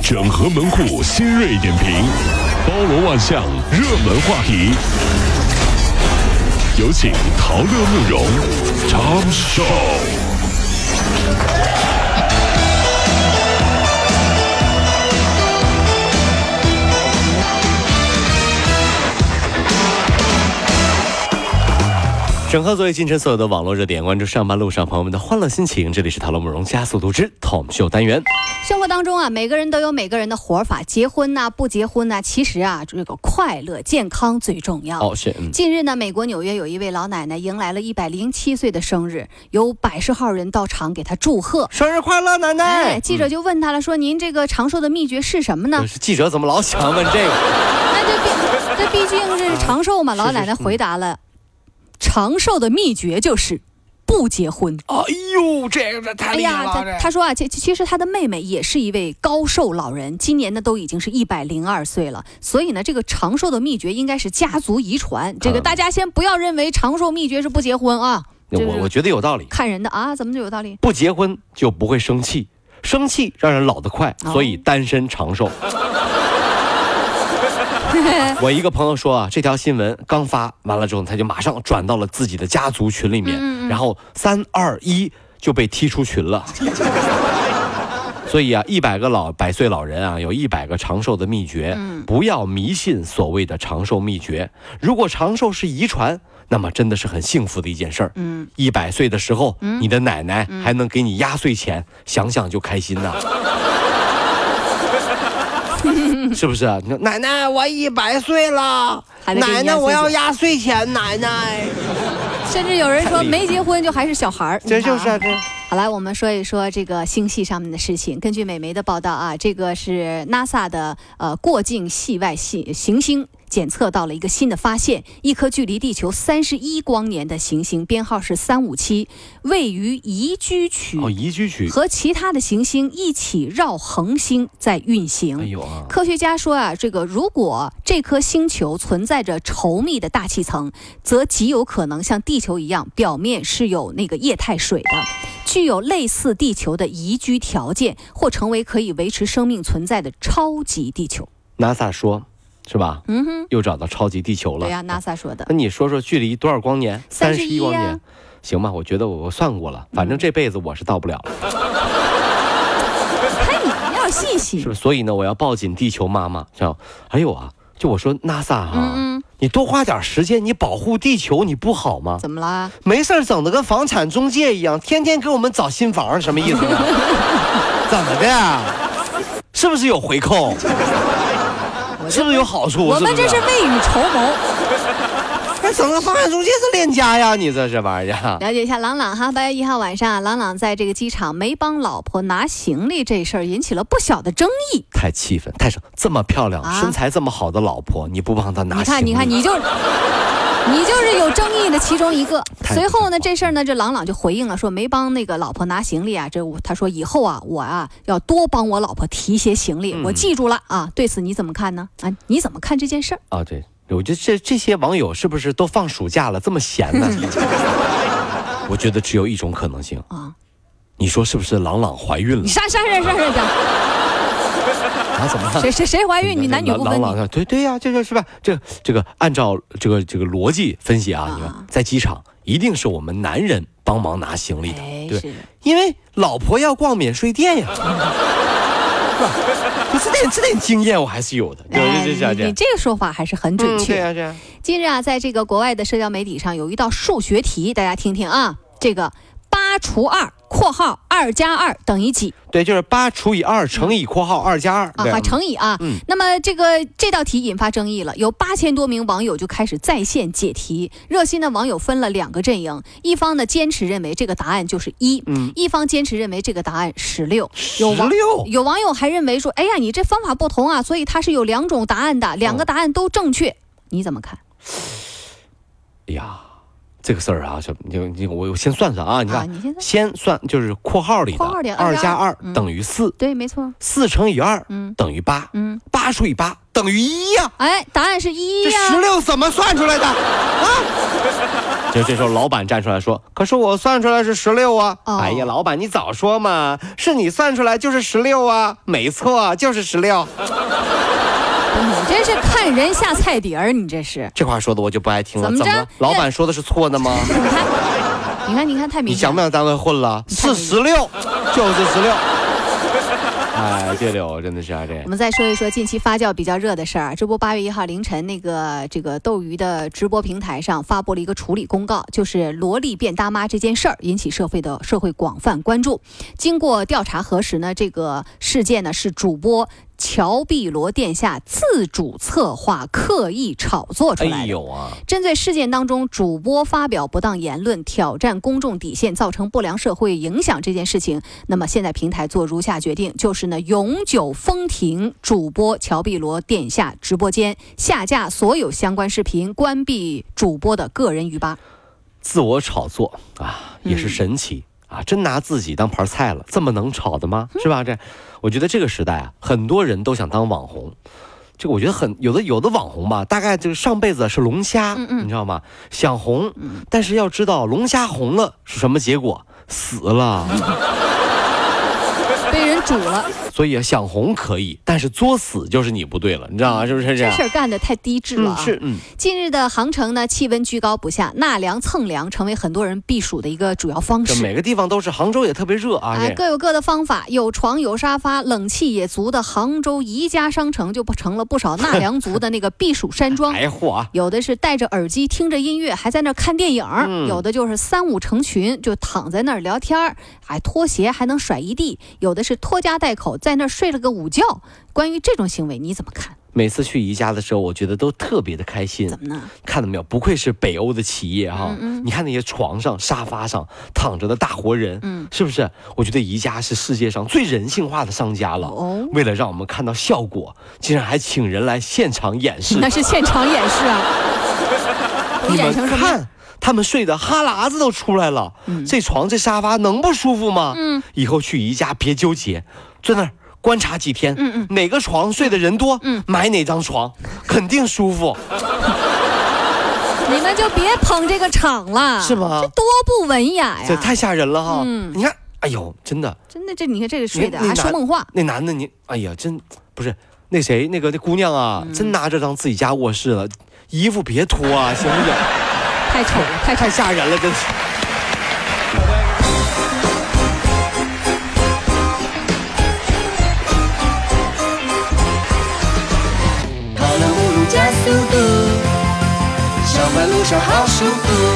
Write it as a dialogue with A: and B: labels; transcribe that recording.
A: 整合门户新锐点评，包罗万象，热门话题。有请陶乐慕容长寿。
B: 整合作为今晨所有的网络热点，关注上班路上朋友们的欢乐心情。这里是《讨论慕容加速度之 Tom 秀》单元。
C: 生活当中啊，每个人都有每个人的活法，结婚呐、不结婚呐、其实啊，这个快乐健康最重要。
B: 哦，是，嗯，
C: 近日呢，美国纽约有一位老奶奶迎来了一百零七岁的生日，有百十号人到场给她祝贺。
B: 生日快乐，奶
C: 哎，
B: 奶！
C: 记者就问她了，说您这个长寿的秘诀是什么呢
B: 可？是记者怎么老想问这个？
C: 那这毕这毕竟嗯是长寿嘛。老奶奶回答了，长寿的秘诀就是不结婚。
D: 哎呦，这个这太
C: 哎
D: 厉害
C: 呀，
D: 了！
C: 他他说啊，其其实他的妹妹也是一位高寿老人，今年呢都已经是一百零二岁了，所以呢，这个长寿的秘诀应该是家族遗传。这个
B: 嗯
C: 大家先不要认为长寿秘诀是不结婚啊，这
B: 我我
C: 是
B: 觉得有道理，
C: 看人的啊，怎么就有道理？
B: 不结婚就不会生气，生气让人老得快，
C: 哦
B: 所以单身长寿。我一个朋友说啊，这条新闻刚发完了之后，他就马上转到了自己的家族群里面，然后三二一就被踢出群了。所以啊，一百个老百岁老人啊，有一百个长寿的秘诀。不要迷信所谓的长寿秘诀。如果长寿是遗传，那么真的是很幸福的一件事儿。
C: 嗯，
B: 一百岁的时候，你的奶奶还能给你压岁钱，想想就开心 呐、是不是啊？你说奶奶，我一百岁了，
C: 还得给你
D: 奶
C: 压
D: 奶，
C: 岁
D: 我要
C: 钱
D: 压岁钱，奶奶。
C: 甚至有人说
B: 太厉害
C: 没结婚就还是小孩儿，
B: 这
C: 你看
B: 就
C: 啊
B: 是啊，这
C: 好来，我们说一说这个星系上面的事情。根据美媒的报道啊，这个是 NASA 的呃过境系外系行星检测到了一个新的发现，一颗距离地球三十一光年的行星，编号是三 五七，位于宜居区。
B: 哦，宜居区，
C: 和其他的行星一起绕恒星在运行。
B: 哎呦啊，
C: 科学家说啊，这个如果这颗星球存在着稠密的大气层，则极有可能像地球一样，表面是有那个液态水的，具有类似地球的宜居条件，或成为可以维持生命存在的超级地球。
B: NASA 说，是吧？嗯哼，又找到超级地球了。
C: 对呀、n a s a 说的。
B: 那你说说距离多少光年？
C: 31
B: 31光
C: 呀
B: 年，行吧？我觉得我我算过了，反正这辈子我是到不了了，
C: 看你要细
B: 哎是
C: 心
B: 不，是？所以呢，我要抱紧地球妈妈，这样。还有啊，就我说 NASA 哈、
C: 嗯
B: 你多花点时间，你保护地球，你不好吗？
C: 怎么啦？
B: 没事儿整的跟房产中介一样，天天给我们找新房，什么意思呢？ 怎么的？是不是有回扣？是不是有啊好处？
C: 我们
B: 不
C: 这是未雨绸缪。
B: 还整个房产中介是链家呀？你这是玩意儿啊？
C: 了解一下朗朗哈，八月一号晚上啊，朗朗在这个机场没帮老婆拿行李这事儿引起了不小的争议。
B: 太气愤，太爽！这么漂亮、
C: 啊
B: 身材这么好的老婆，你不帮她拿
C: 你
B: 行
C: 看，
B: 李？
C: 你看，你就你就是有争议的其中一个。
B: 太
C: 随后呢，
B: 不像话
C: 这事儿呢，这朗朗就回应了，说没帮那个老婆拿行李啊，这我他说以后啊，我啊要多帮我老婆提一些行李，我记住了啊。对此你怎么看呢？啊，你怎么看这件事儿？
B: 啊，对，我觉得这这些网友是不是都放暑假了，这么闲 呢？我觉得只有一种可能性
C: 啊，
B: 你说是不是朗朗怀孕了
C: 你？啥啥啥啥啥啥？
B: 啊，怎么了？
C: 谁谁谁怀孕？你男女不分
B: 朗朗
C: 你。
B: 朗对对呀、这个是吧？这这个按照这个这个逻辑分析啊，
C: 啊
B: 你看在机场一定是我们男人帮忙拿行李的，
C: 哎
B: 对，
C: 是
B: 因为老婆要逛免税店 呀，是吧？就这点这点经验我还是有的，对，
C: 哎
B: 这这
C: 你
B: 这
C: 你
B: 这，
C: 这个说法还是很准
B: 嗯对
C: 确。
B: 呀，这样
C: 近日啊，在这个国外的社交媒体上有一道数学题，大家听听啊，这个八除二（括号二加二等于几
B: 对，就是八除以二乘以括号二加二，）
C: 啊？
B: 对
C: 哈，乘以啊。
B: 嗯
C: 那么这个这道题引发争议了，有八千多名网友就开始在线解题。热心的网友分了两个阵营，一方呢坚持认为这个答案就是一，
B: 嗯
C: 一方坚持认为这个答案十六。
B: 十
C: 有网
B: 六，
C: 有网友还认为说，哎呀，你这方法不同啊，所以它是有两种
B: 哦
C: 答案的，两个答案都正确，你怎么看？
B: 哎呀，这个事儿啊，这就你我我先算算啊，你
C: 啊
B: 看，
C: 你现在
B: 先算就是括号里的
C: 括号里的
B: 二加二
C: 22嗯
B: 等于四，
C: 对，没错，
B: 四乘以二
C: 嗯
B: 等于八，
C: 嗯，
B: 八除以八等于一呀。
C: 哎，答案是一
B: 这
C: 呀、
B: 十六怎么算出来 的啊？ 就这时候，老板站出来说：“可是我算出来是十六啊！”
C: 哦
B: 哎呀，老板，你早说嘛，是你算出来就是十六啊，没错啊，就是十六。
C: 你真是看人下菜碟儿，你这是。
B: 这话说的我就不爱听了，
C: 怎么着
B: 了？老板说的是错的吗？
C: 你看，你看，你看，太
B: 你
C: 明
B: 想
C: 显
B: 不
C: 了。
B: 想单位混了？
C: 太
B: 是
C: 明
B: 十六，就是十六。 哎，这柳真的是啊，这
C: 我们再说一说近期发酵比较热的事儿。这不，八月一号凌晨，那个这个斗鱼的直播平台上发布了一个处理公告，就是萝莉变大妈这件事儿引起社会的社会广泛关注。经过调查核实呢，这个事件呢是主播乔碧萝殿下自主策划、刻意炒作出来的
B: 哎。呦啊，
C: 针对事件当中主播发表不当言论、挑战公众底线、造成不良社会影响这件事情，那么现在平台做如下决定，就是呢永久封停主播乔碧萝殿下直播间，下架所有相关视频，关闭主播的个人鱼
B: 啊
C: 吧。
B: 自我炒作啊，也是神奇、啊！真拿自己当盘菜了，这么能炒的吗？是吧？这，我觉得这个时代啊，很多人都想当网红。这个我觉得很有的有的网红吧，大概就是上辈子是龙虾，你知道吗？想红，但是要知道龙虾红了是什么结果，死了。
C: 被人煮了，
B: 所以想红可以，但是作死就是你不对了，你知道吗？是不是这
C: 这
B: 样？
C: 事儿干得太低智了
B: 嗯，
C: 啊！
B: 是嗯，
C: 近日的杭城呢，气温居高不下，纳凉蹭凉成为很多人避暑的一个主要方
B: 这
C: 式。
B: 每个地方都是，杭州也特别热啊。
C: 哎，
B: 这
C: 各有各的方法，有床有沙发，冷气也足的杭州宜家商城就不成了不少纳凉族的那个避暑山庄。
B: 哎嚯啊，
C: 有的是戴着耳机听着音乐，还在那儿看电影儿；
B: 嗯
C: 有的就是三五成群就躺在那儿聊天儿，还拖鞋还能甩一地；有的是拖家带口在那儿睡了个午觉。关于这种行为，你怎么看？
B: 每次去宜家的时候，我觉得都特别的开心。
C: 怎么嗯呢？
B: 看到没有？不愧是北欧的企业哈、你看那些床上、沙发上躺着的大活人，
C: 嗯
B: 是不是？我觉得宜家是世界上最人性化的商家了。
C: 哦
B: 为了让我们看到效果，竟然还请人来现场演示。
C: 那是现场演 示啊，都
B: 你
C: 演
B: 们
C: 成什么样？
B: 看，他们睡得哈喇子都出来了，这床这沙发能不舒服吗？
C: 嗯，
B: 以后去宜家别纠结，在那儿观察几天，
C: 嗯嗯
B: 哪个床睡的人多，
C: 嗯
B: 买哪张床，肯定舒服。
C: 你们就别捧这个场了，
B: 是吗
C: 这多不文雅哎呀！
B: 这太吓人了哈！
C: 嗯
B: 你看，哎呦，真的，
C: 真的，这你看这个睡的
B: 你你
C: 还
B: 哪
C: 说梦话，
B: 那男的你，哎呀，真不是那谁那个那姑娘啊，
C: 嗯
B: 真拿着当自己家卧室了，衣服别脱啊，行 不行？
C: 太丑了，太丑
B: 太
C: 了。
B: 吓人了，真是。
E: 跑了五路加速度，上班路上好舒服。